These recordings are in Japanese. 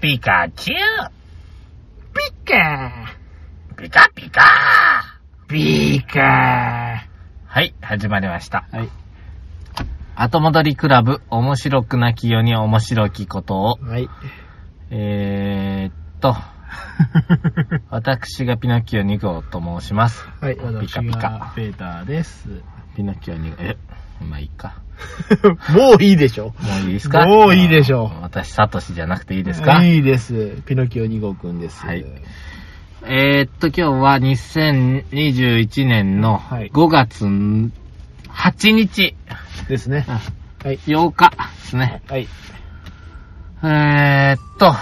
ピカチュピカウピカピカーピカはい、始まりました。ーはい。後戻りクラブ、面白くなきように面白きことを、はい。えーっと、私がピノキオ2号と申します。はい、ピカ私ピがカペーターです。ピノキオ2号、え、まあいいか。もういいでしょもういいですかもういいでしょう私、サトシじゃなくていいいですかいいです。ピノキオ2号くんです。はいえーっと、今日は2021年のはい5月8日、ですね。はい。 8日ですね。はい。えーっと、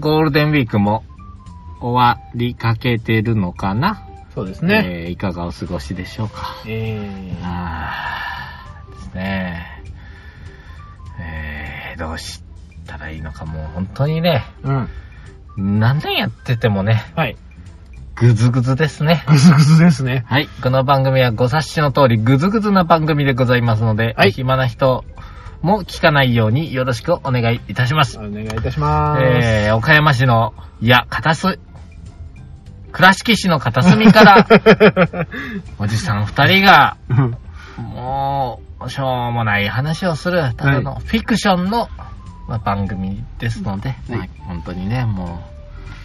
ゴールデンウィークも終わりかけてるのかなそうですね。えーいかがお過ごしでしょうか。えーあーですね。えー、どうしたらいいのかもう本当にね、うん。何年やっててもね、はい。ぐずぐずですね。ぐずぐずですね。はい。この番組はご察しの通り、ぐずぐずな番組でございますので、はい暇な人も聞かないようによろしくお願いいたしますお。願いいたします。えー、岡山市の、いや、片す、倉敷市の片隅 から、おじさん二人が、もう、しょうもない話をする、ただのフィクションの、まあ、番組ですので、まあ本当にね、も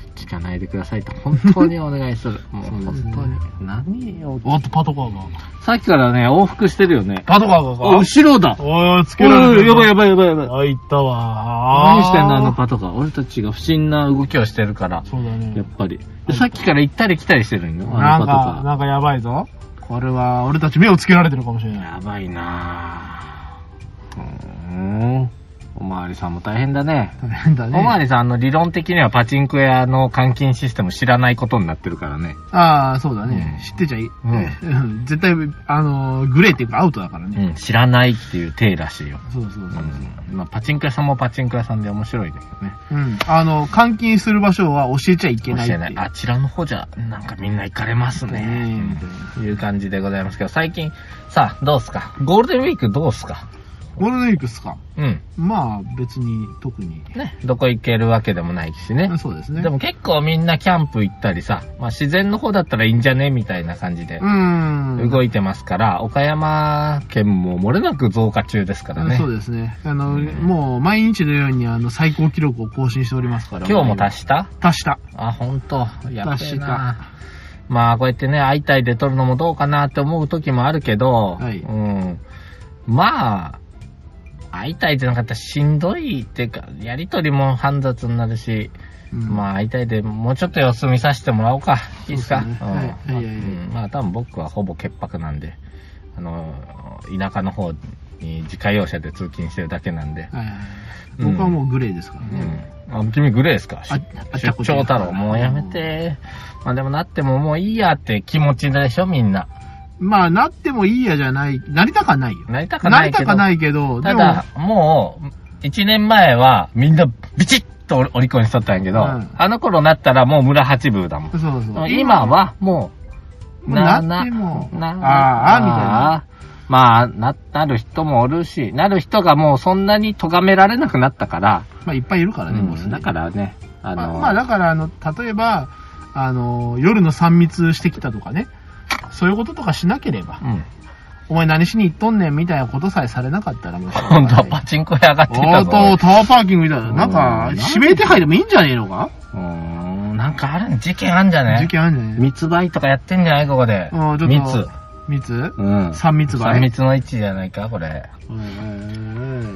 う、聞かないでくださいと、本当にお願いす る。もうそうです本ね当に。何を。おっと、パトカーが。さっきからね、往復してるよね。パトカーがあ、後ろだおー、つおけいらおれいやばいやば。ばいやばいやばい。あ、行ったわー。何してんだ、あのパトカー。俺たちが不審な動きをしてるから。そうだね。やっぱり。さっきから行ったり来たりしてるんよ、あなのんパか、トなんかやばいぞ。これは、俺たち目をつけられてるかもしれカー。 ない。やばいなぁ。うーん。おまわりさんも大変だね。大変だおね。まわりさん、あの、理論的にはパチンコ屋の監禁システム知らないことになってるからね。ああ、そうだね。うん知ってちゃいい。うんうん 絶対、あのー、グレーっていうかアウトだからうね。ん、知らないっていう体らしいよ。そうそうそう。うん。まあ、パチンコ屋さんもパチンコ屋さんで面白いんだけどね。うん。あの、監禁する場所は教えちゃいけないって教いえう。ない。あちらの方じゃ、なんかみんな行かれますね。ねうんいう感じでございますけど、最近、さあ、どうすかゴールデンウィークどうすかゴールデンウィークっすかうん。まあ、別に、特に。ね、どこ行けるわけでもないしね。そうですね。でも結構みんなキャンプ行ったりさ、まあ自然の方だったらいいんじゃねみたいな感じでうーん。動いてますから、岡山県も漏れなく増加中ですからね。そうですね。あの、うんもう、毎日のように、あの、最高記録を更新しておりますから。今日も足足した足した。あ、ほんと。やっべえ確かな。まあこうやってね、相対で撮るのもどうかなって思う時もあるけど、はいうん。まあ、相対じゃなかったらしんどいっていうか、やりとりも煩雑になるし、うんまあ、会いたいで、もうちょっと様子見させてもらおうか。いいですかそうですうんねはいまあはいはいはいうんまあ、多分僕はほぼ潔白なんで、あの、田舎の方に自家用車で通勤してるだけなんで。はいはいはいうん僕はもうグレーですからうね。ん。あ君グレーですかああち出ゃこちゃ張太郎、もうやめて。まあでもなってももういいやって気持ちでしょ、みんな。まあ、なってもいいやじゃない、なりたかないよ。なりたかななりいけたど。かないけど、ただ、もう、1年前はみんなビチッとお利口にしとったんやけど、うんあの頃なったらもう村八分だもんで。も、そうそう。今はもう、もうなってもななあーあーみたいなあーまあ、な、なる人もおるし、なる人がもうそんなに咎められなくなったから、まあ、いっぱいいるからね、もううんすでにだからね、あまあの、まあ、だから、あの、例えば、あの、夜の3密してきたとかね、そういうこととかしなければ、うん。お前何しに行っとんねんみたいなことさえされなかったら、もうしょうが今な度い。はパチンコ屋上がってきおたっぞ。と、タワーパーキングみたいな。なんかうん、指名手配でもいいんじゃねえのかうーん、なんかあるん、事件あんじゃね事件あるんじゃね密売とかやってんじゃないここで。うんちょっと密。え密うん。三密三倍密の位置じゃないか、これ。おいおいおいおい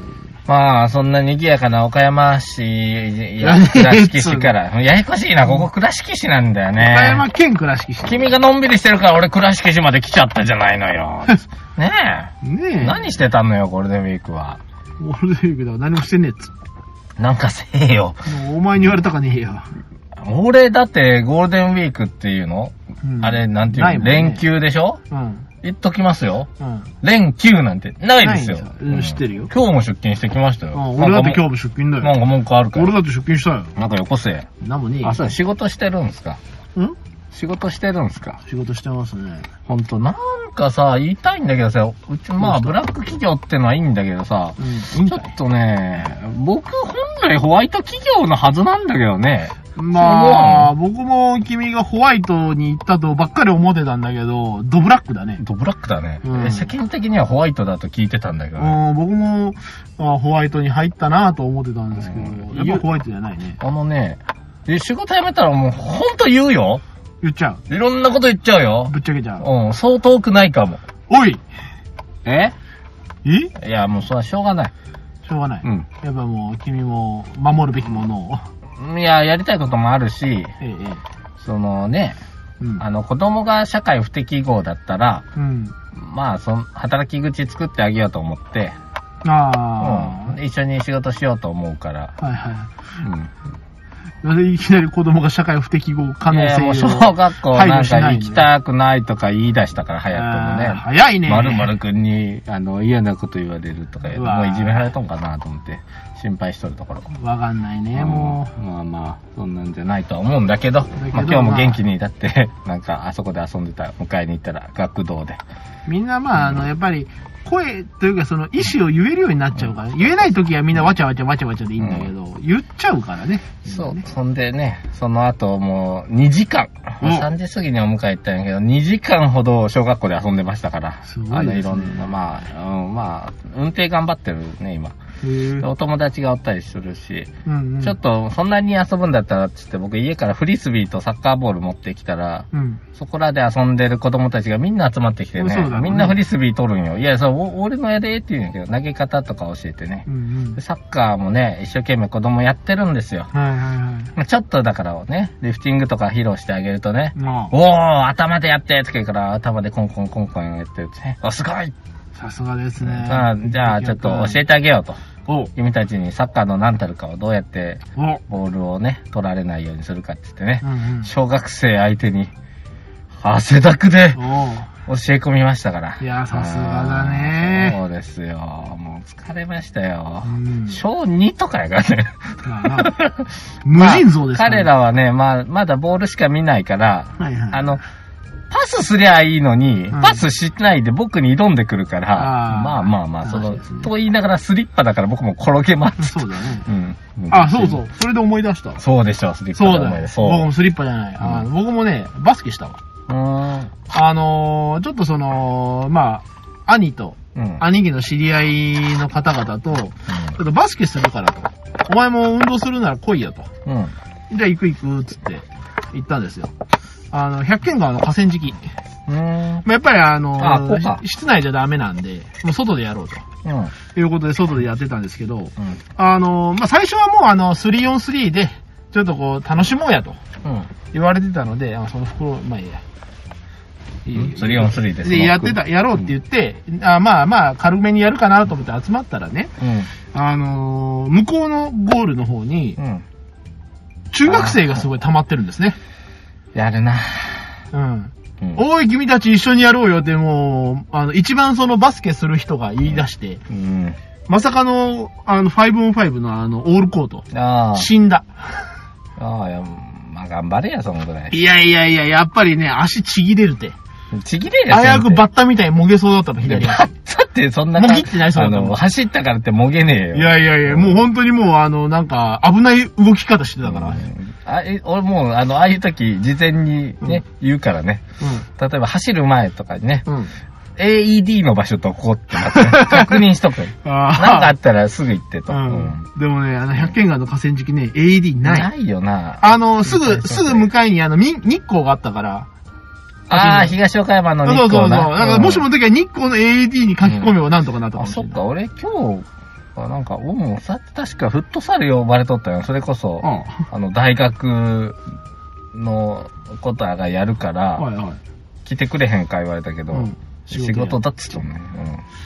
まあ、そんな賑やかな岡山市、いやいや倉敷市 から。ややこしいな、ここ倉敷市なんだよね。岡山県倉敷市。 君がのんびりしてるから俺倉敷市まで来ちゃったじゃないの よ。ねねえ。え。何してたのよ、ゴールデンウィークは。ゴールデンウィークだから何もしてねえっつってなんかせえよ。もうお前に言われたかねえよ。俺だってゴールデンウィークっていうの、うんあれ、なんていうなの、いもんね連休でしょうん。言っときますよ。うん。連休なんてないですよないんです。ようん知ってるよ今日も出勤してきましたよ。あ俺だっ日て今日も出勤だなよ。んか文句あるか俺ら。だって出勤したよ。なんかよこせ。なんもねえよあ、そう、仕事してるんですかうん仕事してるんですか仕事してますね。ほんと、なんかさ、言いたいんだけどさ、うち、まあ、ブラック企業ってのはいいんだけどさ、うん。いいんちかょいっとね、僕本来ホワイト企業のはずなんだけどね。まあ、僕も君がホワイトに行ったとばっかり思ってたんだけど、ドブラックだね。ドブラックだね。うん世間的にはホワイトだと聞いてたんだけうどね。ん、僕も、まあ、ホワイトに入ったなと思ってたんですけうんど、やっぱホワイトじゃないね。あのね、で仕事辞めたらもうほんと言うよ。言っちゃいろんなこと言っちゃうう。よ。ぶっちゃけちゃう。うん、そう遠くないかも。おいええいや、もうそれはしょうがない。しょうがない。うん。やっぱもう、君も守るべきものを。いや、やりたいこともあるし、ええ、ええ。そのね、うん。あの、子供が社会不適合だったら、うん。まあ、その、働き口作ってあげようと思って、あうん、一緒に仕事しようと思うから、あ。はいはうん。い。なんでいきなり子供が社会不適合可能いや性もをう小学校配な慮んしかない行ねきたくないとか言い出したから、早あーくもね。早いね。まるまるくんに、あの、嫌なこと言われるとか、うわもういじめられたんかなと思って、心配しとるところ。わかんないね、もうんまあまあ、そんなんじゃないとは思うんだけど、けどまあ、今日も元気に、だって、 なんか、あそこで遊んでた、迎えに行ったら、学童で。う。みんなまあ、あの、やっぱり、声というかその意思を言えるようになっちゃうから、言えない時はみんなわちゃわちゃわちゃわちゃでいいんだけど、言っちゃうからね。そう、そんでね、その後もう2時間、うん3時過ぎにお迎え行ったんやけど、2時間ほど小学校で遊んでましたから、すごいですねあのいろんな、まあ、うん、まあ、運転頑張ってるね、今。へえでお友達がおったりするし、うんうん。ちょっとそんなに遊ぶんだったらっつって、僕家からフリスビーとサッカーボール持ってきたら、うん。そこらで遊んでる子供たちがみんな集まってきてね、そうだろうみねんなフリスビー取るんよ。いや、そう、お俺のやでって言うんやけど、投げ方とか教えてねうん。うんで。サッカーもね、一生懸命子供やってるんですよ。はいはいはい。ちょっとだからね、リフティングとか披露してあげるとね、まおー、頭でやってとか言うから、頭でコンコンコンコンやってるとね、お、すごい、あ、さすがですね。さあじゃあちょっと教えてあげようと。おう君たちにサッカーの何たるかをどうやっておうボールをね、取られないようにするかって言ってねう、んうん。小学生相手に汗だくでおう教え込みましたから。いやさすがだねあーそうですよ。もう疲れましたよう。ん。小2とかやからね。まあ な無尽蔵です彼らはね、まあ、まだボールしか見ないから、はいはい。あの、パスすりゃいいのに、うんパスしないで僕に挑んでくるから、あーまあまあまあ、そそうの、ですねと言いながらスリッパだから僕も転げます。そうだね。うん。あ、そうそう。それで思い出した。そうでしょ、スリッパそうだだよね。そ僕う。もスリッパじゃない。あの僕もね、バスケしたわ。うーん。あのー、ちょっとその、まあ、兄と、うん。兄貴の知り合いの方々と、ちょっとバスケするからと。お前も運動するなら来いよと。うん。うんじゃあ行く行く、つって行ったんですよ。あの、百軒川の河川敷。うん。まあ、やっぱりあのあこうかし室内じゃダメなんで、もう外でやろううん。ということで外でやってたんですけど、あの、まあ、最初はもうあの、3on3 で、ちょっとこう、楽しもうやとうん。言われてたので、あその袋、まあ、いいや。いいスリーオンスリーです。で、やってた、やろうって言って、あまあまあ、軽めにやるかなと思って集まったらね、うん。あのー向こうのゴールの方にう、ん。中学生がすごい溜まってるんですね。やるなうん。うん。おい、君たち一緒にやろうよって、もう、あの、一番そのバスケする人が言い出して、うん。まさかの、あの、5on5 のあの、オールコート、ああ。死んだ。ああ、いやまあ頑張れや、そのぐらい。いやいやいや、やっぱりね、足ちぎれるて。ちぎれや、危うくバッッタみたいにもげそうだったの、タ。左足。バッタってそんなもぎってないそあうだと思うの、走ったからってもげねえよ。いやいやいや、もう本当にもう、あの、なんか、危ない動き方してたから。うん。あえ俺もう、あの、ああいう時、事前にね、言うからね。例えば走る前とかにね、うん。 AED の場所とこうって なってね、確認しとく。なんかああったらすぐ行ってと。あ。ううんん。でもね、あの、百軒川の河川敷ね、AED ない。ないよな。あの、すぐ、そうすそうぐ向かいに、あの、み日光があったから。ああ、東岡山のそう日そうそう。だ光な。から、うんもしもの時は日光の AED に書き込めばなんとかなったかあ、もしそれっない。か、俺今日、あなんか、おもさ、確かフットサル呼ばれとったよ。それこそ、あの、大学のことがやるから、うん。はいはい。来てくれへんか言われたけど、うん仕事だっつったもんね。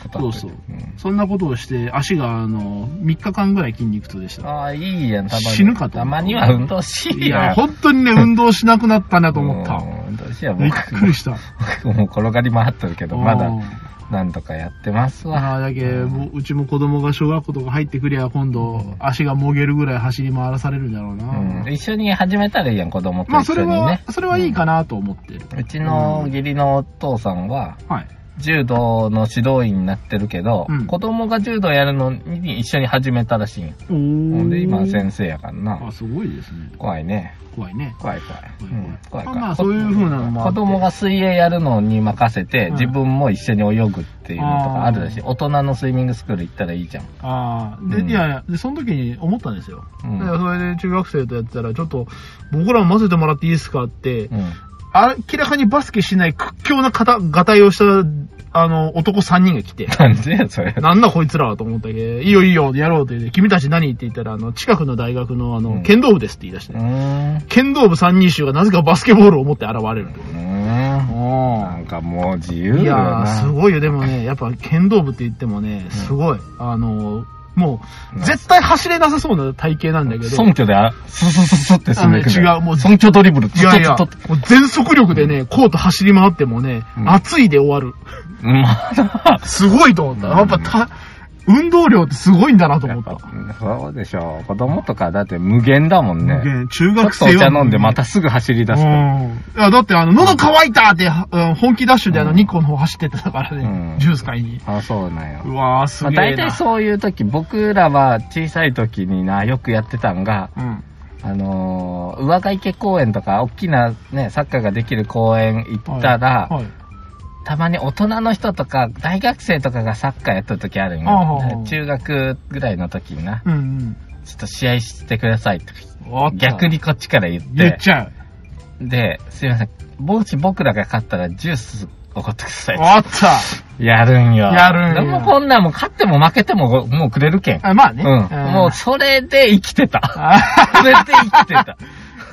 うん。断ってそうそううんそんなことをして、足が、あの、3日間ぐらい筋肉痛でした。ああ、いいやん、たまに。死ぬかと思たったまには運動しいや。や、本当にね、運動しなくなったなと思った。うん運動しや、びっ僕、くりした。僕もう転がり回ってるけど、 まだう、んなんとかやってますわ。ああ、だけ、もううちも子供が小学校とか入ってくりゃ、今度、足がもげるぐらい走り回らされるんだろうな。うん一緒に始めたらいいやん、子供とまあ、一そ緒れにはね、。それはいいかなと思ってる。うちの義理のお父さんは、はい。柔道の指導員になってるけど、うん子供が柔道やるのに一緒に始めたらしいんよほおーんで、今先生やからあ、な。すごいですね。怖いね。怖いね。怖い怖い。怖いうん、怖い怖い。まあまあそういう風なのもあ子って供が水泳やるのに任せて、うん自分も一緒に泳ぐっていうのとかあるらしい。あ大人のスイミングスクール行ったらいいじゃん。ああ、で、うんいやいや、で、その時に思ったんですよ。うんでそれで中学生とやってたら、ちょっと、僕らも混ぜてもらっていいですかって、うん。、明らかにバスケしない屈強な方、がたいをした、あの、男3人が来 てなんでや、それ。なんだこいつらはと思ったけど、いいよいいよ、やろうって言って、君たち何って言ったら、あの、近くの大学の、あうんの、剣道部ですって言い出して、うーん。う剣道部3人衆がなぜかバスケボールを持って現れると。ーん。なあんかもう自あ由いだやー、すな。ごいよ。でもね、やっぱ剣道部って言ってもね、すごい。あの、もう、絶対走れなさそうな体型なんだけど。尊虚であ、ススススって進んでいくあの違うもう尊虚ドリブル。いやいや、ちょもっとう全速力でね、コート走り回ってもね、うん暑いで終わる。うんまだ。すごいと思った。うんやっぱた、運動量ってすごいんだなとや思っったぱ。そうでしょう。子供とかだって無限だもんね。ね中ちょっ学と生おは茶飲んでまたすぐ走り出うん。すいから。や、だってあの、喉乾いたって、うん本気ダッシュであうの、ん日光の方走ってたからね、うんジュース買いに。あ、そうなんよう。わー、すまあ、げえ大な。体そういう時、僕らは小さい時にな、よくやってたんが、うん。あのー、上ヶ池公園とか、大きなね、サッカーができる公園行ったら、はい。たまに大人の人とか、大学生とかがサッカーやった時あるんあああよあ。中学ぐらいの時にな、うんちょっと試合してくださいとかうんおっと。逆にこっちから言って、言っちゃう。で、すいません、もし僕らが勝ったらジュースおごってくださいっておっとやるんよ。やるんよでもこんなんもう勝っても負けてももうくれるけん。あまあね。うん。もうそれで生きてた。あ それで生きてた。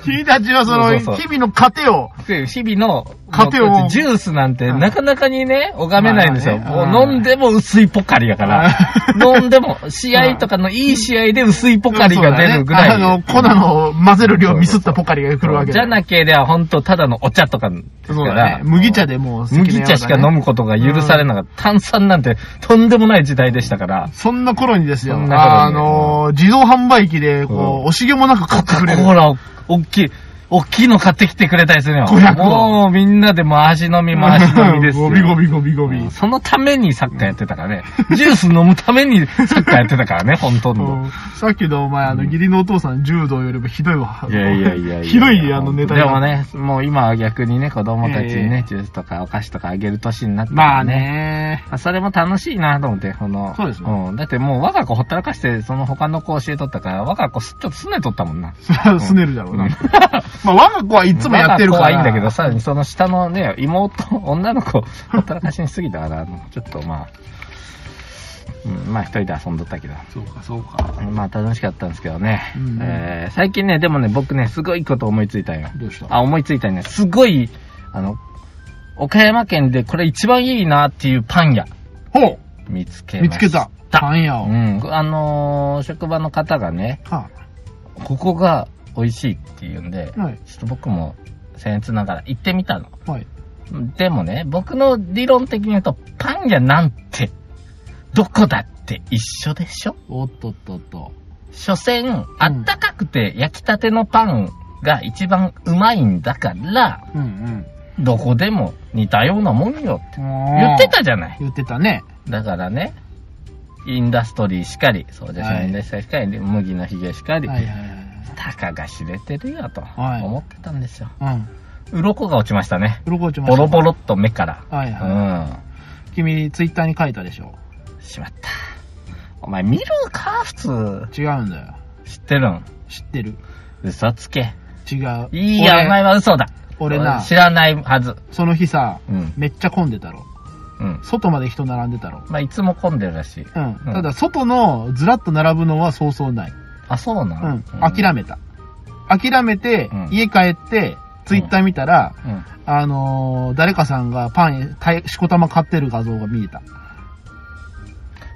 君たちはそその、う日そうそう々の糧を、で日々の、糧をもうジュースなんてなかなかにね、拝めないんですよ。まあねもう飲んでも薄いポカリやから。 飲んでも、試合とかのいい試合で薄いポカリが出るぐらい。そうだねあの、粉の混ぜる量ミスったポカリが来るわじけだゃなければ本当ただのお茶とかですそうかだら。ね。麦茶でもう、麦茶しか飲むことが許されなかった。炭酸なんてとんでもない時代でしたから。そんな頃にですよ、そんな頃にあの、自動販売機で、うこんう、惜しげもなく買ってくれる。ほら、おっきい、おっきいの買ってきてくれたりするよ。 500をもうみんなで回し飲み回し飲みですよ。 ゴビゴビゴビゴビ。そのためにサッカーやってたからね。ジュース飲むためにサッカーやってたからね、ほとんうど。んさっきのお前、あの、義理のお父さん、柔道よりもひどいわ。いやいやいやいや。ひどい、あの、ネタでがも。ね、もう今は逆にね、子供たちにえね、ジュースとかお菓子とかあげる年になって、まあ。ね。まあそれも楽しいなと思って、この。そうですねん。だってもう我が子ほったらかして、その他の子教えとったから、我が子すちょっとすねとったもんな。それはすねるだろうな。まあ、我が子はいつもやってるから。我が子はいいんだけど、さらにその下のね、妹、女の子、ほったらかしにしすぎた から、あのちょっとまあ、うん、まあ一人で遊んどったけど。そうか、そうか。まあ楽しかったんですけどね。うんえー最近ね、でもね、僕ね、すごいこと思いついたんよ。どうしたあ、思いついたね。すごい、あの、岡山県でこれ一番いいなっていうパン屋ほう見つけま見しつけた。パン屋を。うはん。あのー職場の方がね、あここが美味しいって言うんで、はい。ちょっと僕も僭越ながら行ってみたの。はい。でもね、僕の理論的に言うと、パン屋なんて、どこだって一緒でしょおっとっとっと。所詮、あったかくて焼きたてのパンが一番うまいんだから、うんうん。どこでも似たようなもんよって言言ってたじゃない。言ってたね。だからね、インダストリーしかり、そうじゃはいインダストリーしかり、麦のひげしかはいり、はいはい。たかが知れてるよとはい思ってたんですよ。うん。鱗が落ちましたね。プロコーチも。ボロボロっと目から。はいはうい。君、ツイッターに書いたでしょ。ん。しまった。お前見るか普通。違うんだよ。知ってるん。知ってる。嘘つけ。違う。いいや、お前は嘘だ。俺。俺な知、らないはず。その日さ、うん。めっちゃ混んでたろ。うん。外まで人並んでたろ。まあ、いつも混んでるらしい。うん。うんただ、外のずらっと並ぶのはそうそうない。あ、そううなのん。諦めた。諦めてうん、家帰って、ツイッター見たら、うん。あのー、誰かさんがパン、たいしこたま買ってる画像が見えた。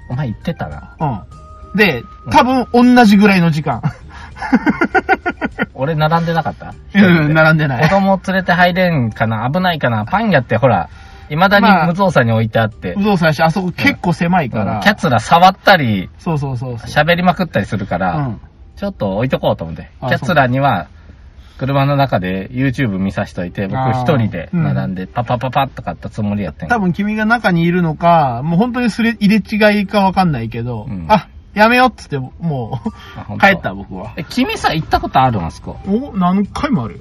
お前言ってたな。うん。で、多分同じぐらいの時間。俺並んでなかったうん、 並んでな子い。供連れて入れんかな危ないかなパン屋ってほら、未だまあに無造作に置いてあって、うぞうさんし、あそこ結構狭いから。うんキャツら触ったり、そうそうそうそう。喋りまくったりするかうら、ん。ちょっと置いとこうと思って。あキャツらには、車の中で YouTube 見さしといて、僕あー一人で並んで、パパパパッと買ったつもりやってんけ多ど。分君が中にいるのか、もう本当にすれ、入れ違いかわかんないけど、うんあ、やめようっつって、もあう、本当帰った僕は。え君さ、行ったことあるんあそこ。お、何回もあるよ。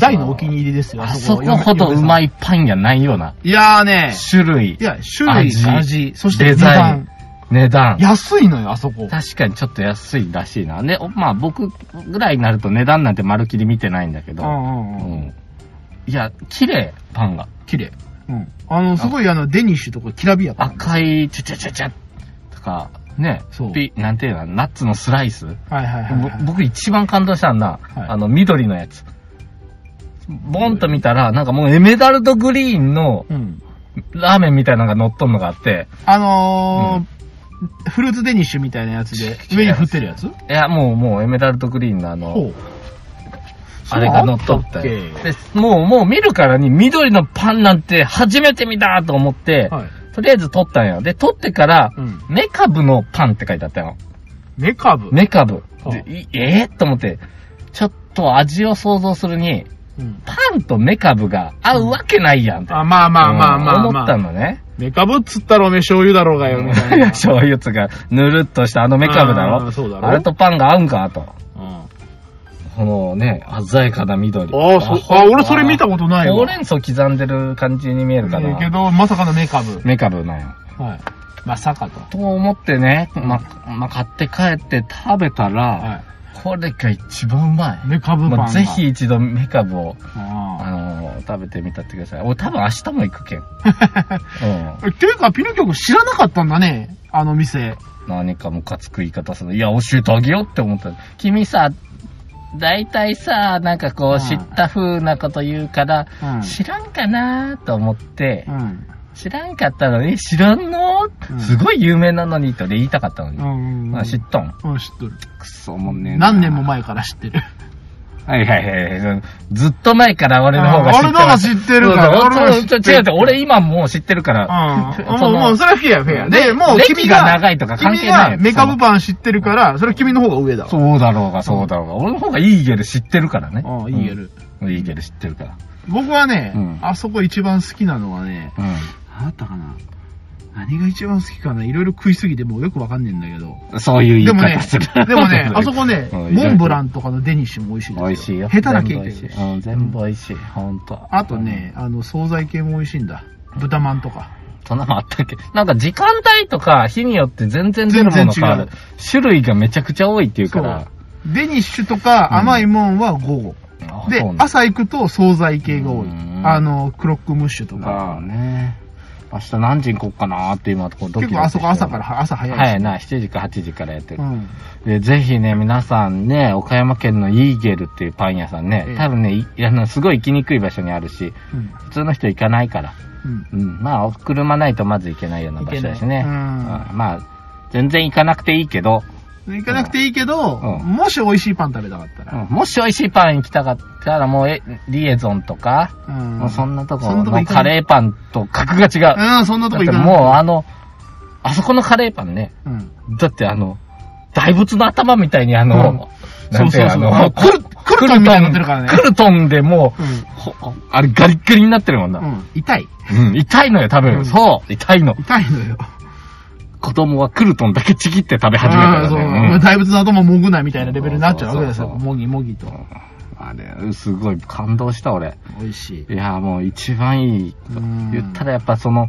大のお気に入りですよ、あそこほどうまい。いパンやないような。いやーね、種類い、や、種類、味味、そしてデ値ザイン段。値段。安いのよ、あそこ。確かにちょっと安いらしいな。ね、おまあ僕ぐらいになると値段なんてまるきり見てないんだけうど。んうんううん。ん。いや、綺麗、パンが。綺麗。うん。あの、すごいあの、デニッシュとかきらびやか。赤い、ちゃちゃちゃちゃとか、ね、そうピ、なんていうの、ナッツのスライス。はいはいはいはい。ぼ僕一番感動したんだ、はいあの、緑のやつ。ボンと見たら、なんかもうエメラルドグリーンのうん。ラーメンみたいなのが乗っとんのがあって、あのー、フルーツデニッシュみたいなやつで、上に振ってるやついや、もう、もうエメラルドグリーンのあほの、う。あれが乗っとっそうあたたっよで、けもう、もう見るからに緑のパンなんて初めて見たと思って、はい。とりあえず撮ったんよ。で、撮ってから、うん。メカブのパンって書いてあったよ。メカブ。メカブあ。でいえー、と思って、ちょっと味を想像するに、うん。パンとメカブが合うわけないやんって。あ、まあまあまあまうあんま思あった。のね。メカブっつったろ、おめえ醤油だろうがよ、みたいな。 醤油つが、ぬるっとしたあのメカブだあろー。そうだろあれとパンが合うんかと。うんこのね、鮮やかな緑。ああ、そ、あ、俺それ見たここととないわ。ほうれん草刻んでる感じに見えるかええけな。ど、まさかのメカブ。メカブなんよ。はい。まさかと。と思ってね、ま、ま、買って帰って食べたら、はこれが一番うまいい。。メカブパンが。もうぜひ一度メカブを、ああのー食べてみたってください。俺多分明日も行くけん。うん。あ。 っていうか、ピノキョ君知らなかったんだね。あの店。何かムカつく言い方する。いや、教えてあげようって思った。君さ、大体さ、なんかこうんう、知った風なこと言うから、うん知らんかなと思って、うん。知らんかったのに、知らんの、うんすごい有名なのにって俺言いたかったのに。うん。あ知っとん。うん、知っとる。くそもんねえな何年も。前から知ってる。はいはいはい。ずっと前から俺の方が知って俺の方が知ってるかそら。うそう俺の方が知そうって違うる違う、俺今もう知ってるかうら。ん。そもう、のもう、それはフィア、フィア。で、もう、歴君がが、長いとか関係ない君がメカブパン知ってるから、それは君の方が上だわ。そうだろうが、そうだろうが。俺の方がいいゲル知ってるからね。ああ、いいやる。うん。いいゲル知ってるから。僕はね、うんあそこ一番好きなのはね、うん。何だったかな何が一番好きかないろいろ食いすぎてもうよくわかんねえんだけど。そういう言いでもね方する。、 でも ね、あそこね、うんモンブランとかのデニッシュも美味しいです美味しいよ。下手なケ全部美味しーキい。うん、全部美味しい。ほんと。あとね、あの、惣菜系も美味しいんだ。豚まんとか。うん。そんなもんあったっけなんか時間帯とか日によって全然出るもの変わ全る然。種類がめちゃくちゃ多いっていうから。デニッシュとか甘いもんは午後。あでそう、なん朝行くと惣菜系が多ういん。あの、クロックムッシュとだか。ね。明日何時に行こうかなーって今、こうドキドキし結て。構あそこ朝からら、朝早いし。早いな、7時か8時からやってるう。ん。で、ぜひね、皆さんね、岡山県のイーゲルっていうパン屋さんねええ、多分ね、いいやあのすごい行きにくい場所にあるし、うん。普通の人行かないから。うん。うん。まあ、車ないとまず行けないような場所だしね。行うけんないまあ、全然行かなくていいけど、行かなくていいけど、うんもし美味しいパン食べたかったうら、んもし美味しいパン行きたかったら、もうえ、リエゾンとか、うんもうそんなとこそんなとこの行かカないレーパンと格が違う。うん、そんなだとこっ行てかない。もうあの、あそこのカレーパンね、うん、だってあの、大仏の頭みたいにあの、うんなんていそうそうそうあの、クルクルトンみたいになってるからねクルトンでもう、うほほあれガリッガリになってるもんな。ん、うん、痛い。うん、痛いのよ、食べる。うんそう、痛いの。痛いのよ。子供はクルトンだけちぎって食べ始めたああかそうらね。うん大仏の頭もぐなみたいなレベルになっちゃうわけですそうよ。そうそうもぎもぎと。あれ、すごい感動した俺。美味しい。いや、もう一番いい。うん言ったらやっぱその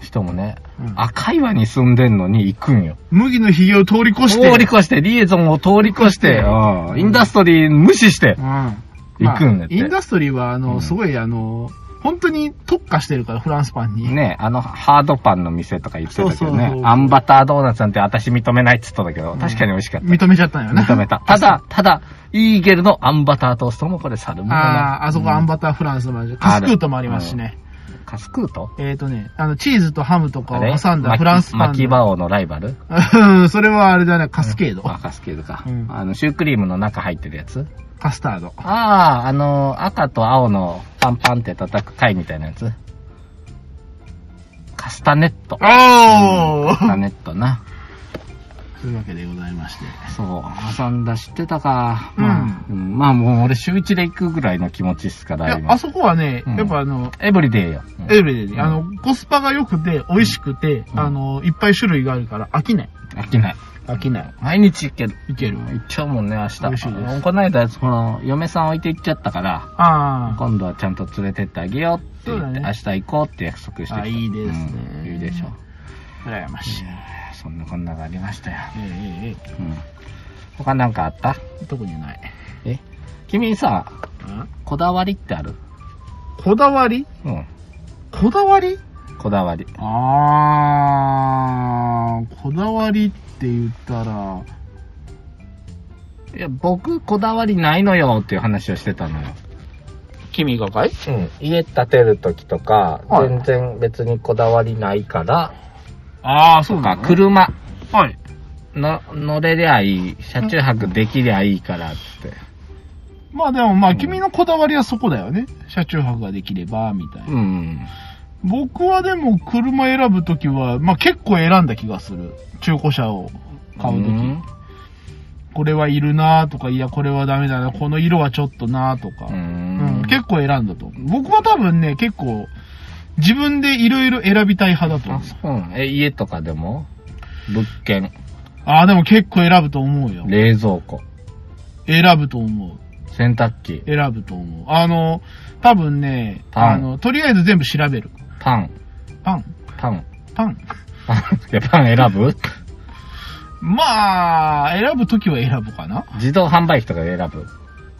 人もね、うん赤岩に住んでんのに行くんよ。麦のひげを通り越通して。り越して、リエゾンを通り越して、うんうんインダストリー無視してうん。、まあ行くんだってインダストリーは、あうの、んすごい、あの、本当に特化してるから、フランスパンに。ね、あの、ハードパンの店とか言ってたけどそうそうそうね、アンバタードーナツなんて私認めないっつったんだけど、うん確かに美味しかった。認めちゃ ったんよね。認めた。ただ、ただ、イーゲルのアンバタートーストもこれサルモネあラ。あ、あそこアンバターフランスもあるし、カスクートもありますしね。カスクートえっ、ー、とね、あの、チーズとハムとかあをれ挟んだマキフランスパンマの。キバオのライバルうん、それはあれだね、カスケード。あ、カスケールかうん。あの、シュークリームの中入ってるやつカスタード。ああ、あの、赤と青のパンパンって叩く貝みたいなやつカスタネット。おカスターネットな。 というわけでございまして。そう、挟んだ知ってたか。うんまあ、うんまあもう俺週一で行くぐらいの気持ちっすかいら、や、今あ。そこはね、うんやっぱあの、エブリデイよ。うんエブリデイで、あの、コスパが良くて、美味しくて、うんあの、いっぱい種類があるから飽きない。飽きない。飽きない。毎日行ける。いける。行っちゃうもんね、明日。美味しいですこの間、その、嫁さん置いて行っちゃったから、あ今度はちゃんと連れてってあげようって言そっうて、だ明ね日行こうって約束してきたあいいですねうんいいでしょう。あ、羨ましい。そんなこんながありましたよ。えええうん。他なんかあったえ特にない。え君さ、うんこだわりってあるこだわりうん。こだわりこだわり。あー、こだわりって言ったら、いや、僕、こだわりないのよっていう話をしてたのよ。君がかいうん。家建てる時とか、はい全然別にこだわりないから、あー、そとうかか、、車はい。の、乗れりゃいい、車中泊できりゃいいからって。まあでもまうあ、ん君のこだわりはそこだよね。車中泊ができれば、みたいな。うん。僕はでも車選ぶときは、まあ結構選んだ気がする。中古車を買うとき。んこれはいるなとか、いや、これはダメだな、この色はちょっとなとか。ううんん。結構選んだと思う。僕は多分ね、結構、自分でいろいろ選びたい派だと思あ、う。そうなのえ、家とかでも物件、ああ、でも結構選ぶと思うよ。冷蔵庫、選ぶと思う。洗濯機、選ぶと思う。あの、多分ね、パンあの、とりあえず全部調べる。パン、パンパン。パン パン、いや、パン選ぶまあ、選ぶときは選ぶかな。自動販売機とかで選ぶ。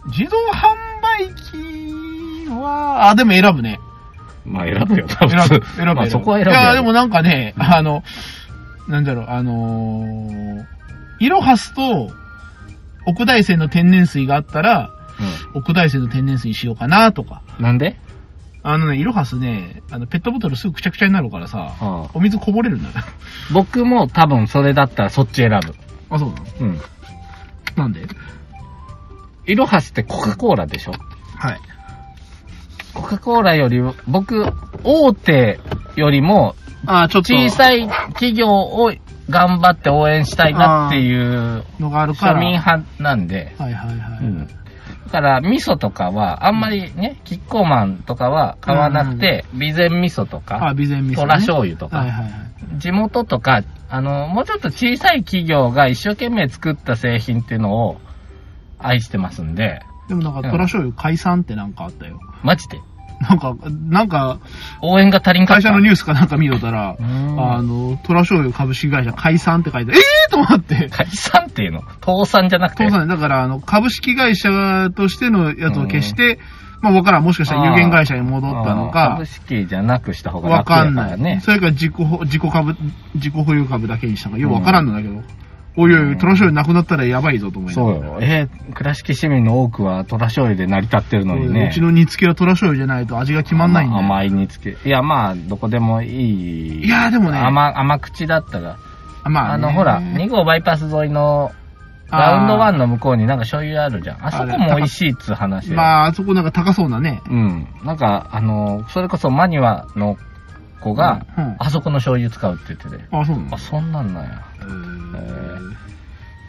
自動販売機は、あ、でも選 ぶね。まあ選ぶよ、多分。選ぶ。選ぶ。まあそこは選ぶいよ。や、でもなんかね、あの、なんだろう、あのー、イロハスと、奥大生の天然水があったら、奥大生の天然水にしようかなとか。うん。なんであのね、イロハスね、あの、ペットボトルすぐくちゃくちゃになるからさ、ああお水こぼれるんだよ。僕も多分それだったらそっち選あ、そうなのぶ。うん。なんでイロハスってコカ・コーラでしょはい。コカ・コーラより、僕、大手よりもあー、ちょっと。小さい企業を頑張って応援したいなっていうのがあるか庶ら。民派なんで、はいはいはい。うん。だから、味噌とかは、あんまりね、キッコーマンとかは買わなくて、備前味噌とあ、か、備前味噌、ね。トラ醤油とかはいはいはい。地元とか、あの、もうちょっと小さい企業が一生懸命作った製品っていうのを愛してますんで、でもなんか、トラ醤油解散ってなんかあったよ。マジで。なんか、なんか、応援が足りんかっ会た。社のニュースかなんか見よったら、うんあの、トラ醤油株式会社解散って書いてある、えーと思って。解散っていうの倒産じゃなくて。父さん、だから、あの、株式会社としてのやつを消して、まあ、わからん。もしかしたら有限会社に戻ったのうんか株、式じゃなくした方がわ楽かだんからない。ね。それから自己保、自己株、自己保有株だけにしたのか、よくうんわからんのだけど。おいおうい、んトラ醤油なくなったらやばいぞと思いなそがうよ。えー倉敷市民の多くは虎醤油で成り立ってるらのにうね。んうちの煮付けはトラ醤油じゃないと味が決まんないんだよ。甘いにつけ。いや、まあ、どこでもいい。いやーでもね甘、甘口だったら。まああね、の、ほら、2号バイパス沿いの、ラウンドワンの向こうになんか醤油あるじゃん。あそこも美味しいっつう話。まあ、あそこなんか高そうなね。うん。なんか、あの、それこそマニュアの子が、うんうんあそこの醤油使うって言ってて。あ、そうなんあ、だ。そんなんなんや。へー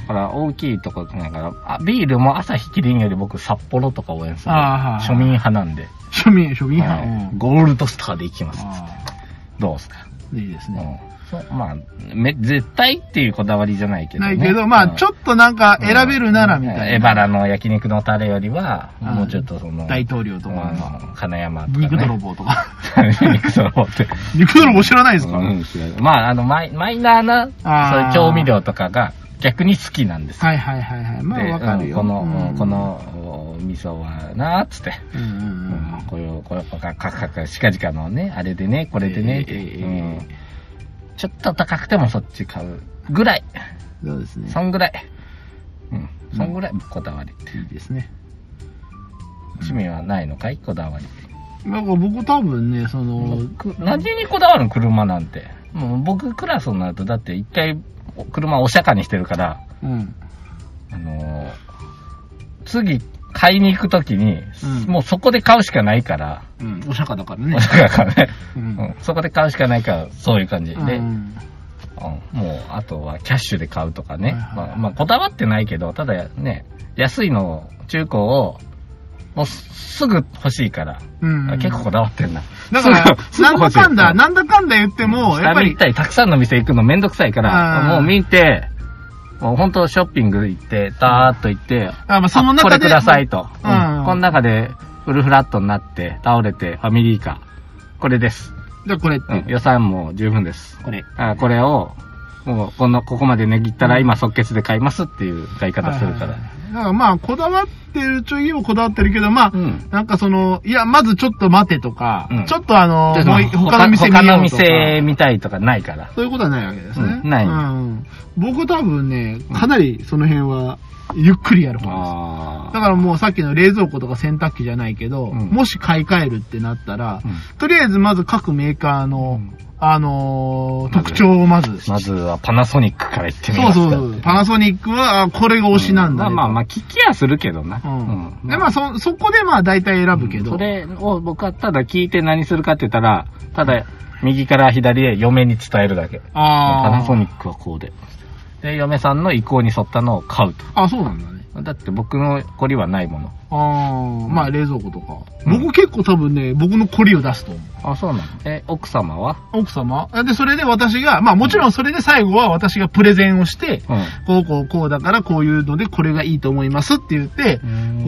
だから、大きいとこだから、あビールも朝日キリンより僕、札幌とか応援する。あー庶民派なんで。庶民、庶民派。はういんゴールドスターで行きますっつって。あどうっすかーいいですうね。ん。そう、まあ、め、絶対っていうこだわりじゃないけど、なね。いけど、まあ、ちょっとなんかうん選べるならみたいな。エバラの焼肉のタレよりは、うんもうちょっとその、大統領とか、うん金山とか、ね。肉泥棒とか。肉泥棒って。肉泥棒知らないですか、うん、知らないまあ、あの、マイマイナーな、あそういうー調味料とかが逆に好きなんですよ。はいはいはいはい。まあ、でわかるよ。うんこの、うんこ、の、お味噌はな、つって。うんうんううんん、こういう、これ、カカカカ、しかじかのね、あれでね、これでね、ええええうんちょっと高くてもそっち買うぐらい。そうですね。そんぐらい。うん。そんぐらい、こだわり。いいですね。趣味はないのかいこだわり。なんか僕多分ね、その、僕何にこだわるの車なんて。もう僕クラスになると、だって一回、車をお釈迦にしてるから、うん。あのー次、買いに行くときに、うんもうそこで買うしかないから、うん。 お釈迦だからおね。釈迦からね、う。うんんそこで買うしかないから、そういう感じで、うんうん、もう、あとはキャッシュで買うとかね。はいはいまあ、まあ、こだわってないけど、ただね、安いのを、中古を、もうすぐ欲しいから、うん。結構こだわってんな。だから、 すぐなんだかんだ、すぐ欲しいなんだかんだ言っても、や下っ見ぱ行りっ、たり、たくさんの店行くのめんどくさいかあーら、もう見て、もう本当ショッピング行って、ダーッと行って、あまあその中こで、れくださいと。ううんん。この中で、フルフラットになって、倒れて、ファミリーカー。これです。じゃあこれって。うん。予算も十分です。これ。あこれを、もう、この、ここまで値切ったら、今即決で買いますっていう買い方するかはいはらい。はい。だからまあ、こだわってるちょいもこだわってるけど、まあ、うん。なんかその、いや、まずちょっと待てとか、うんちょっとあの、でもう他の店見他よのうとか。店見たいとかないから。そういうことはないわけですね。うんないうん。僕多分ね、かなりその辺は、ゆっくりやる方です。あだからもうさっきの冷蔵庫とか洗濯機じゃないけど、んもし買い替えるってなったら、うんとりあえずまず各メーカーの、うんあのーまず特徴をまず。まずはパナソニックから行ってみそうますかそうそう。パナソニックは、あこれが推しなんだ、まあねまあまあ、聞きはするけどな。うん。うんで、まあ、そ、そこでまあ、大体選ぶけど。それを僕はただ聞いて何するかって言ったら、ただ右から左へ嫁に伝えるだけ。ああ。パナソニックはこうで。で、嫁さんの意向に沿ったのを買うと。あ、そうなんだね。だって僕の凝りはないもの。ああ。まあ、冷蔵庫とか。うん僕結構多分ね、僕のコリを出すと思う。あ、そうなのえ、奥様は奥様で、それで私が、まあ、もちろんそれで最後は私がプレゼンをして、うこうこうこうだからこういうのでこれがいいと思いますって言って、ん。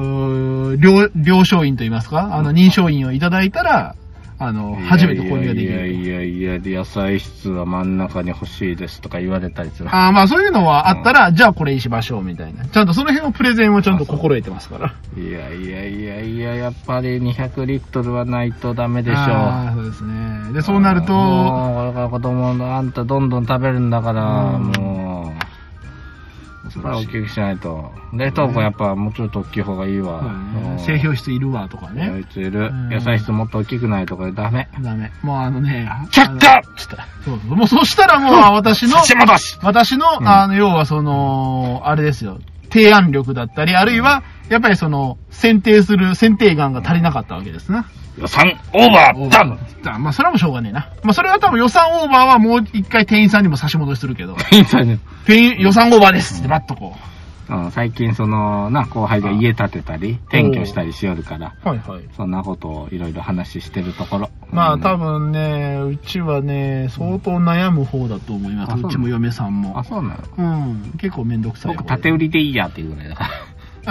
こう、了、了承印と言いますか、あの、認証印をいただいたら、あの、初めて購入がでいきやる。いやいやいや、野菜室は真ん中に欲しいですとか言われたりする。ああ、まあそういうのはあったら、じゃあこれにしましょうみたいな。ちゃんとその辺のプレゼンをちゃんと心得てますから。いやいやいやいや、やっぱり200リットルはないとダメでしょああ、そうですね。で、そうなると、もう、これから子供のあんたどんどん食べるんだから、うんもう、それは大きくしないと。冷凍庫やっぱもうちょっと大きい方がいいわ。うん製氷室いるわとかね。あね。いついるうん。野菜室もっと大きくないとこれダメ。ダメ。もうあのね、却あ下ちょっのそうそう。もうそしたらもう私のと、、土戻し私の、んあの、要はその、あれですよ。提案力だったり、あるいは、やっぱりその、選定する、選定眼が足りなかったわけですな。予算オーバーダムだまあ、それはもうしょうがねえな。まあ、それは多分予算オーバーはもう一回店員さんにも差し戻しするけど、店員さんに店員、予算オーバーですってバッとこ うん最近その、な、後輩が家建てたり、転居したりしよるから、う。はいはい。そんなことをいろいろ話してるところ。まあ、うん多分ね、うちはね、相当悩む方だと思いまあす。そううちも嫁さんあ、も。そうなのうん。結構めんどくさい方僕、で。縦売りでいいやっていうぐらいだから。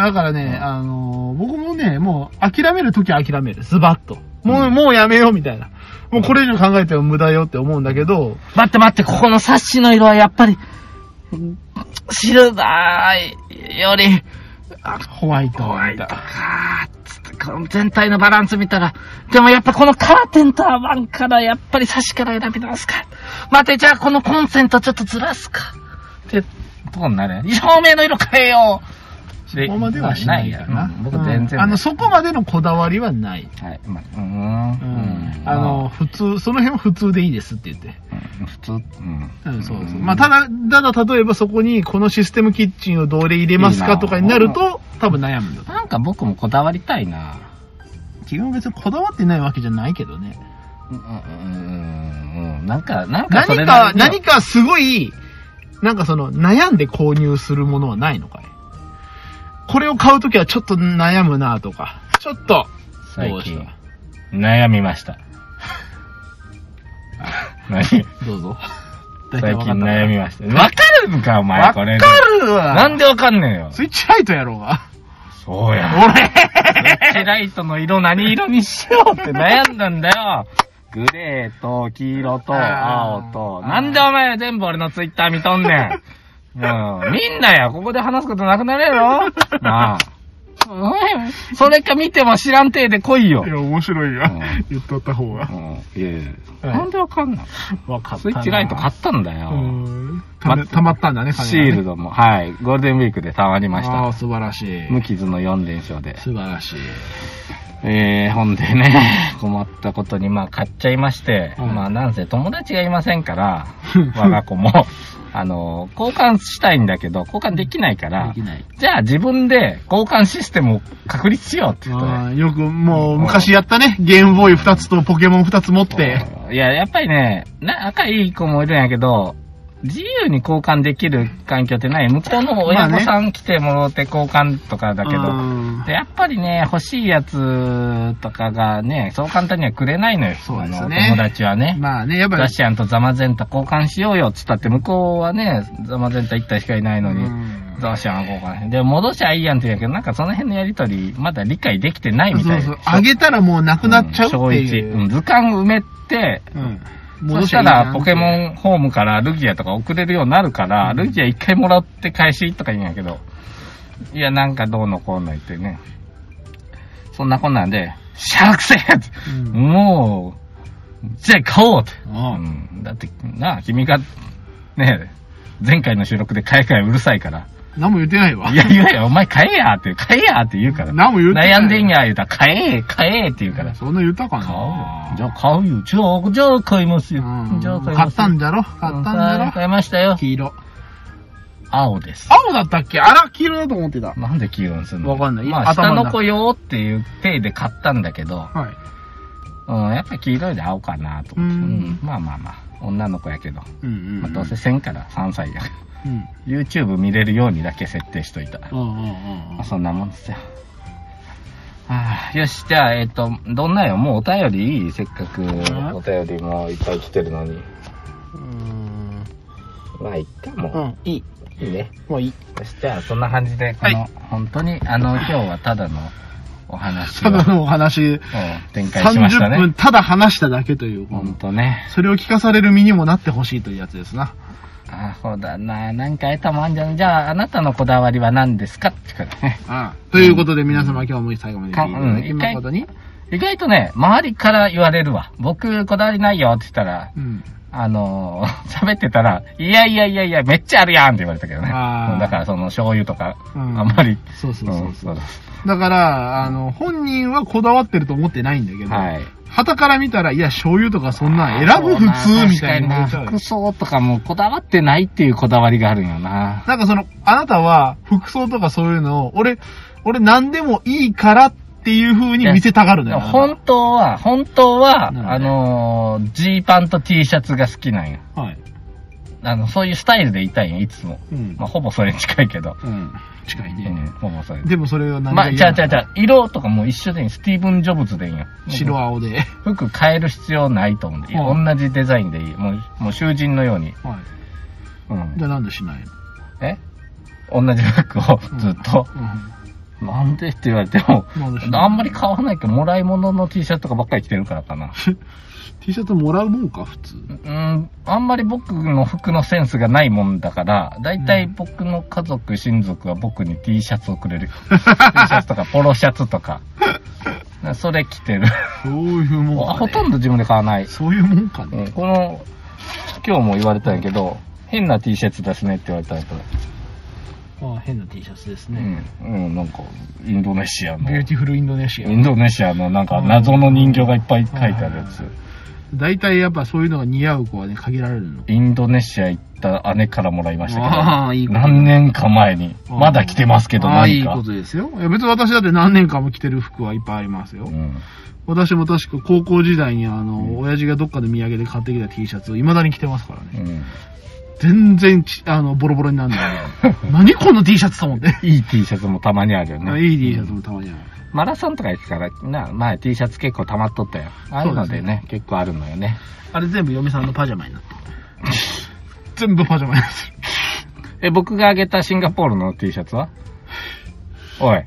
だからね、うんあのー僕もね、もう諦めるときは諦める。ズバッと。もう、うんもうやめようみたいな。もうこれ以上考えても無駄よって思うんだけど、待って待って、ここのサッシの色はやっぱり、シルバーより、ホワイトを見だた。かつってこの全体のバランス見たら、でもやっぱこのカーテンとアワンからやっぱりサッシから選び直すか。待って、じゃあこのコンセントちょっとずらすか。って、とこになるね。照明の色変えよう。そこまではしないかな。うん僕全う然。んあの、そこまでのこだわりはない。はい、まあ、うーん。うんあの、、普通、その辺は普通でいいですって言って。うん普通、うん。うん、そうそう。まあ、ただ、ただ、例えばそこに、このシステムキッチンをどれ入れますかとかになると、多分悩むんだと。なんか僕もこだわりたいな。自分は別にこだわってないわけじゃないけどね。うんうんうんなんか、なんかそれ何なか、りには何かすごい、なんかその、悩んで購入するものはないのかいこれを買うときはちょっと悩むなとか、ちょっ と、どう最し近た、悩みました。何最どうぞ。大体近わかった悩みました。わかるんか、お前、わこかれ。るわなんでわかんねえよ。スイッチライトやろうが。そうや。俺ヘライトの色何色にしようって悩んだんだよ。グレーと黄色とあー青と。あーなんでお前全部俺のツイッター見とんねん。うん、みんなや、ここで話すことなくなれろ。なあ。うんそれか見ても知らん体で来いよ。 いや、面白いがうん。言っとった方が。いやいやはいなんでわかんないわかったスな。イッチライト買ったんだうよ。ーんためたまったんだね、シールドドも、はい。ゴールデンウィークでたまりましああ、た。素晴らしい。無傷の4連勝で。素晴らしい。えー、ほんでね、 困ったことに、まあ買っちゃいまして、うん まあなんせ友達がいませんから、我が子も。あの、交換したいんだけど、交換できないからで、きない。じゃあ自分で交換システムを確立しようって言ってねあーよくもう昔やったね、ゲームボーイ2つとポケモン2つ持って。いや、やっぱりね、な仲いい子もいるんやけど、自由に交換できる環境ってない。向こうの親御さん来てもろって交換とかだけど、うんでやっぱりね、欲しいやつとかがね、そう簡単にはくれないのよ。そうですねあの友達はね。まあね、やっぱガり。シアンとザマゼンタ交換しようよっつったって、向こうはね、ザマゼンタ1体しかいないのに、うんザシアンは交換しで、戻しゃいいやんって言うんやけど、なんかその辺のやりとり、まだ理解できてないみたいそうな。そう。あげたらもうなくなっちゃうっていうん小一うう。ん図鑑埋めて、うん。そ戻したら、ポケン。モンホームからルギアとか送れるようになるから、ルギア一回もらって返しとか言うんやけど、いや、なんかどうのこうの言ってね。そんなこんなんで、シャークセうんもう、じゃあ買おうって。ああうんだって、なあ、君が、ね前回の収録で買え買えうるさいから。何も言ってないわい。や、いやいや、お前買えやって、買えやって言うから。何も言って ない。悩んでんや言うたら、買え、買えって言うから。そんな言ったか買おなうじゃあ買うよ。じゃあ、じゃあ買いますよ。じゃあ買い買まっすよたんだろ買ったんだろ買いましたよ。黄色。青です。青だったっけあら、黄色だと思ってた。なんで黄色にするのわかんないまあ、下頭のの中子用っていう手で買ったんだけど、はい。うん、やっぱ黄色いで青かなと思って、ううんんまあまあまあ、女の子やけど、うんうんうん。まあ、どうせ1000から3歳やから、 うん。 YouTube 見れるようにだけ設定しといた。うんうんうんまあ、そんなもんですよ。はあ、よし、じゃあ、えっ、と、どんなよ、もうお便りいいせっかくんお便りもいっぱい来てるのに。うん。まあ、いっか、もう。うん。いい。いいね。も ういい。そしてはそんな感じで、この、は本当に、あ の、今日はただのお話をただのお話、うん展開しました30分ね。ただ話しただけという。本当ね。それを聞かされる身にもなってほしいというやつですな。あ、そうだな。なんか得たもんあんじゃん。じゃあ、あなたのこだわりは何ですかって からね。ああということで皆様今日も最後まで聞いていただき誠に。意外とね、周りから言われるわ。僕、こだわりないよって言ったら、うん。あのー 喋ってたら、いやいやいやいや、めっちゃあるやんって言われたけどね。あーうんだから、その、醤油とか、うんあんまり。そうそうそうそう。んだだから、あの、本人はこだわってると思ってないんだけど、はい。旗から見たら、いや、醤油とかそんなん選ぶ普通みたいそうなな。な確かにな服装とかもこだわってないっていうこだわりがあるんよな。んかその、あなたは服装とかそういうのを、俺、俺何でもいいからっていう風に見せたがるのよ。本当は、本当は、なあるのー、ジーパンと T シャツが好きなんよ。はい。あの、そういうスタイルでいたいんよ、いつも。うんま。あ、ほぼそれに近いけど。うん。近いうね。んほぼそれ。でもそれを何まあ、がちゃ嫌うちゃなうちゃう。色とかも一緒でいい。スティーブン・ジョブズでいいんよ。白青で。はい。服変える必要ないと思うんで、うん同じデザインでいい。もう、もう囚人のように。うんじゃあなんでしないのえ同じ服をずっと。うなんでって言われても、ん。なんでしないあんまり買わないけど、もらい物の T シャツとかばっかり着てるからかな。 T シャツもらうもんか、普通。うん、あんまり僕の服のセンスがないもんだから、だいたい僕の家族、親族は僕に T シャツをく れる。T シャツとか、ポロシャツとか。それ着てる。そういうもんか、ね。ほとんど自分で買わない。そういうもんかうんね。この、今日も言われたんやけど、変な T シャツですねって言われたんやけど、ああ変な T シャツですね。うん、うん、なんか、インドネシアの、ビューイティフルインドネシア。ンドネシアのなんか謎の人形がいっぱい書いてあるやつ。大体やっぱそういうのが似合う子はね、限られるの。インドネシア行った姉からもらいましたああ、いけいど、こと。何年か前に、あーまだ着てますけど、ああ、何いいか。ことですよ。いや別に私だって何年間も着てる服はいっぱいありますよ。うん私も確か高校時代にあの、親父がどっかで土産で買ってきた T シャツを未だに着てますからね。うん全然ち、あの、ボロボロになるん だけど。何この T シャツと思って。いい T シャツもたまにあるよね。いい T シャツもたまにある。マラソンとか行くから、な、前 T シャツ結構溜まっとったよ。ああいうのでね、結構あるのよね。あれ全部嫁さんのパジャマになってる。全部パジャマになってる。え、僕があげたシンガポールの T シャツはおい。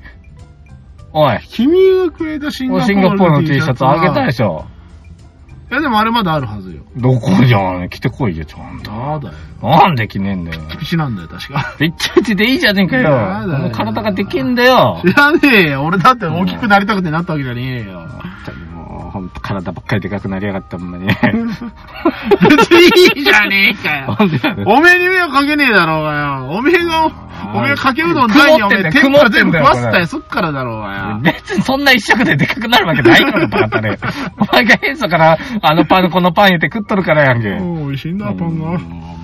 おい。君がくれたシンガポシールの T シャツは。ンガポールの T シャツあげたでしょ。いやでもあれまだあるはずよ。どこじゃん。着てこいよ、ちゃんと。だだよ。なんで着ねえんだよ。ピチなんだよ、確か。ピッチピチでいいじゃねえかよ。やだよもう体ができんだよ。知らねえよ。俺だって大きくなりたくてなったわけじゃねえよ。もう、ほんと体ばっかりでかくなりやがった、ほんまに。別にいいじゃねえかよ。ほんとやでおめえに迷惑かけねえだろうがよ。おめえが、おめえがかけうどんないにおめえ曇っ天てんだよぷ曇ら全部ってんだ食よわせたやそっからだろうがよ。別にそんな一食ででかくなるわけないからバカね。お前が変さから、あのパン、このパン言って食っとるからやんけ。もう美味しいんだ、パンうんほんまが。にもう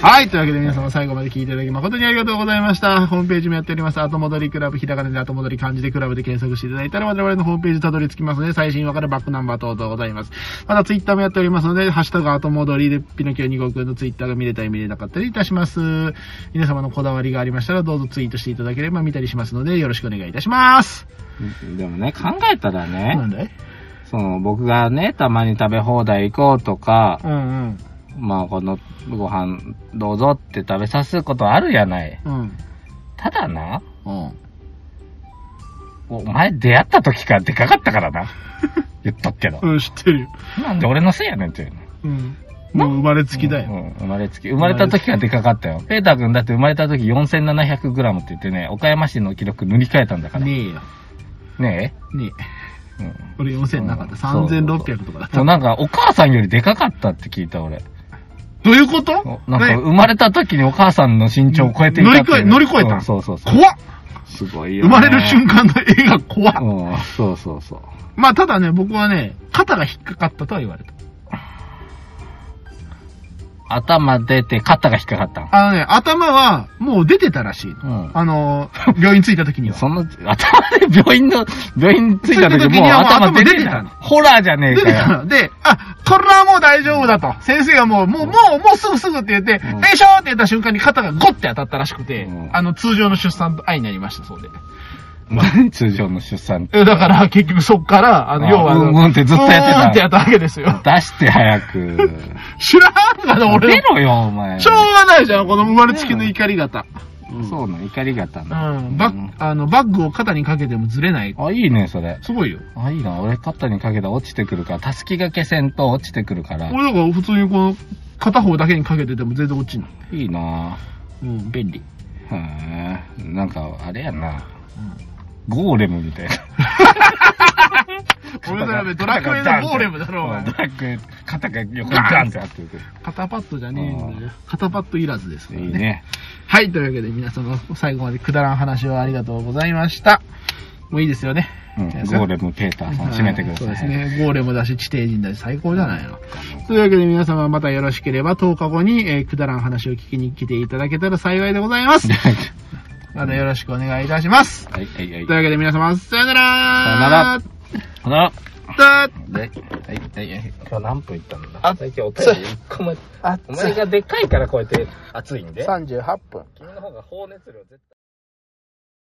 はい。というわけで皆様最後まで聞いていただき誠にありがとうございました。ホームページもやっております。後戻りクラブ、ひらがなで後戻り漢字でクラブで検索していただいたら我々のホームページにたどり着きますので、最新話からバックナンバー等々ございます。またツイッターもやっておりますので、ハッシュタグ後戻りでピノキオ2号くんのツイッターが見れたり見れなかったりいたします。皆様のこだわりがありましたらどうぞツイートしていただければ見たりしますので、よろしくお願いいたします。でもね、考えたらなねん、だいその僕がね、たまに食べ放題行こうとか、うんうん。まあこのご飯どうぞって食べさすことあるやない。うん。ただな、うん。お前出会った時からでかかったから な。言っとくけど。うん、知ってるよ。なんで俺のせいやねんっていうの。うん。もう生まれつきだよ。うん、生まれつき。生まれた時がでかかったよ。ペーター君だって生まれた時 4700g って言ってね、岡山市の記録塗り替えたんだから。ねねえよ。え。ねえ。うん俺4000なかった。そうそうそう3600とかだっもたう。なんかお母さんよりでかかったって聞いた俺。どういうことおなんかね生まれた時にお母さんの身長を超えていたっていう乗り越え乗り越えたうんそうそうそう。怖っすごいよ、 生ね。まれる瞬間の絵が怖っうん、そうそうそう。まあただね、僕はね、肩が引っかかったとは言われた。頭出て肩が引っかかったんあのね、頭はもう出てたらしいの。うんあのー、病院着いた時には。その、頭で病院の、病院着いた時着いた時もうにはもう頭出頭出ててたたのホラーじゃねえ出かてたよ。ので、あ、これはもう大丈夫だと。先生がもう、もう、もう、もうすぐすぐって言って、うんでしょって言った瞬間に肩がゴッて当たったらしくて、うんあの、通常の出産と愛になりました、そうで。 通常の出産。えだから、結局そっから、あの、あ要はあの、うんうんってずっとやってたうんうんってやったわけですよ。出して早く。知らんがな、出 俺。ろよ、お前。しょうがないじゃん、この生まれつきの怒り方。そうなの、怒り方うなの。ん。バッ、あの、バッグを肩にかけてもずれない。あ、いいね、それ。すごいよ。あ、いいな。俺、肩にかけたら落ちてくるから、たすきがけせんと落ちてくるから。俺だから普通にこの、片方だけにかけてても全然落ちない。いいなうん、便利。へえ。なんか、あれやな。ゴーレムみたいな。俺だよ、ドラクエのゴーレムだろ、おうん前 ド。ラクエ、肩が横にガンってなってくる。肩パッドじゃねえんだよ。肩パッドいらずですからいいね。ね。はい、というわけで皆様、最後までくだらん話をありがとうございました。もういいですよね。うん、じゃあゴーレムペーターさん、締めてください。はいそうですね。ゴーレムだし、地底人だし、最高じゃないの。というわけで皆様、またよろしければ、10日後に、えーくだらん話を聞きに来ていただけたら幸いでございます。またよろしくお願いいたします。はい、はい、はいという。わけで皆様、さよならほら。さよならはい、はい、はいはい。今日何分いったんだあ、最近お便り一個も、お前がでっかいからこうやって熱いんで。 38分。君の方が放熱量絶対。